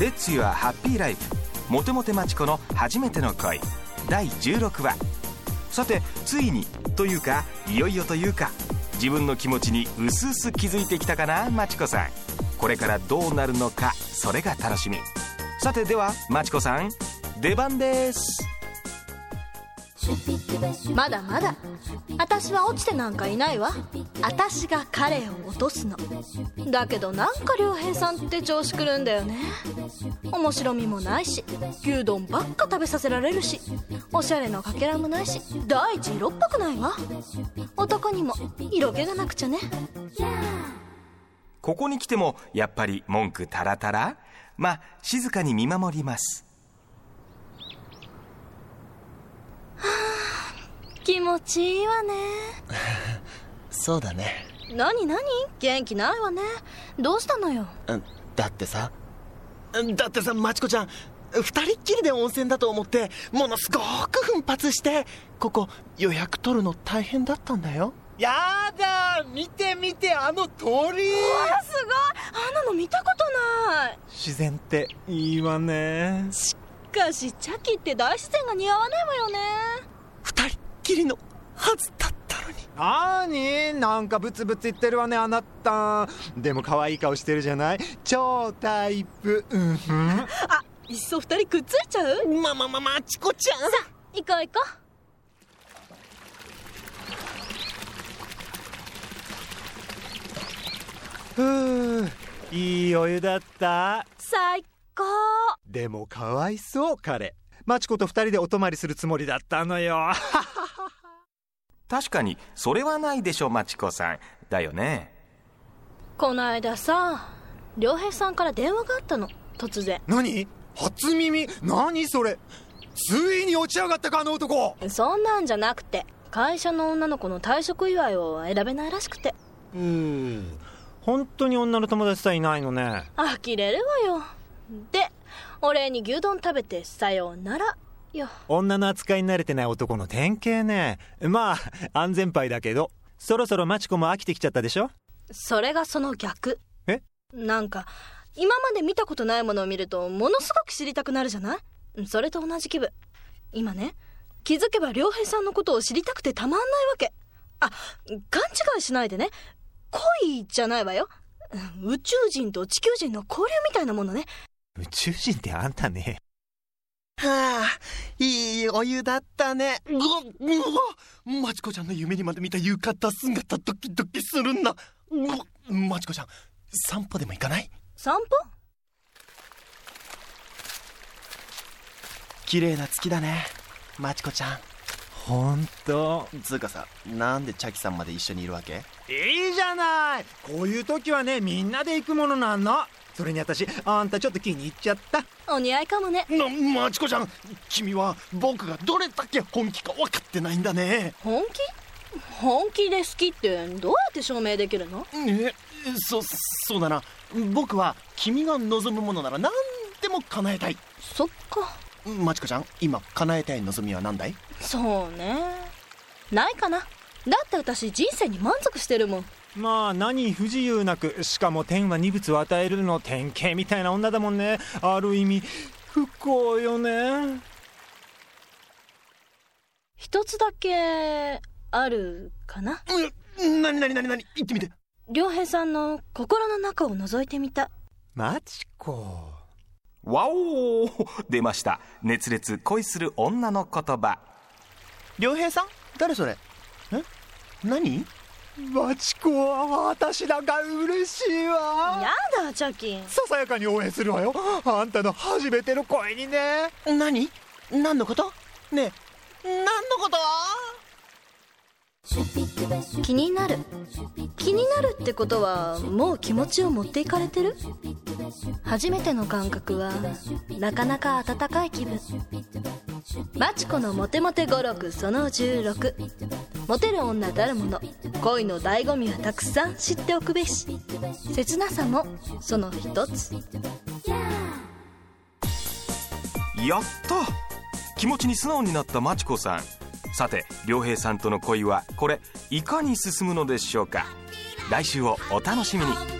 レッツユアハッピーライフモテモテマチコの初めての恋第16話さてついにというかいよいよというか自分の気持ちにうすうす気づいてきたかなマチコさんこれからどうなるのかそれが楽しみさてではマチコさん出番ですまだまだ私は落ちてなんかいないわ私が彼を落とすのだけどなんか良平さんって調子くるんだよね面白みもないし牛丼ばっか食べさせられるしおしゃれのかけらもないし第一色っぽくないわ男にも色気がなくちゃねここに来てもやっぱり文句たらたらまあ静かに見守ります気持ちいいわねそうだね何何元気ないわねどうしたのようんだってさうんだってさマチコちゃん二人っきりで温泉だと思ってものすごく奮発してここ予約取るの大変だったんだよやだ見て見てあのあ鳥すごいあんなの見たことない自然っていいわねしかしチャキって大自然が似合わないわよね二人っきりのはずだったのになーになんかブツブツ言ってるわねあなたでも可愛い顔してるじゃない超タイプうんふんあいっそ二人くっついちゃうまあまあまあマチコちゃん行こう行こふういいお湯だったう最高でもかわいそう彼マチコと二人でお泊まりするつもりだったのよ確かにそれはないでしょマチコさんだよねこないださ良平さんから電話があったの突然何初耳何それついに落ち上がったかあの男そんなんじゃなくて会社の女の子の退職祝いを選べないらしくてうーん本当に女の友達さえいないのね呆れるわよでお礼に牛丼食べてさようならよ女の扱いに慣れてない男の典型ねまあ安全牌だけどそろそろマチコも飽きてきちゃったでしょそれがその逆えなんか今まで見たことないものを見るとものすごく知りたくなるじゃないそれと同じ気分今ね気づけば良平さんのことを知りたくてたまんないわけあ勘違いしないでね恋じゃないわようん宇宙人と地球人の交流みたいなものね宇宙人ってあんたねはあいいお湯だったねうわうわマチコちゃんの夢にまで見た浴衣姿ドキドキするんだうわマチコちゃん散歩でも行かない散歩綺麗な月だねマチコちゃ本当んつうかさなんでチャキさんまで一緒にいるわけいいじゃないこういう時はねみんなで行くものなのそれに私あんたちょっと気に入っちゃったお似合いかもねなマチコちゃん君は僕がどれだけ本気か分かってないんだね本気本気で好きってどうやって証明できるのえそそうだな僕は君が望むものなら何でも叶えたいそっかマチコちゃん今叶えたい望みは何だいそうねないかなだって私人生に満足してるもんまあ何不自由なくしかも天は二物を与えるの典型みたいな女だもんねある意味不幸よね一つだけあるかなうん何何何何言ってみて良平さんの心の中を覗いてみたマチコわおー出ました熱烈恋する女の言葉良平さん誰それえ何マチコは私なんか嬉しいわやだチャキンささやかに応援するわよあんたの初めての声にね何何のことねえ何のこと気になる気になるってことはもう気持ちを持っていかれてる初めての感覚はなかなか温かい気分マチコのモテモテ語録その16モテる女たるもの恋の醍醐味はたくさん知っておくべし切なさもその一つやった気持ちに素直になったマチコさんさて良平さんとの恋はこれいかに進むのでしょうか来週をお楽しみに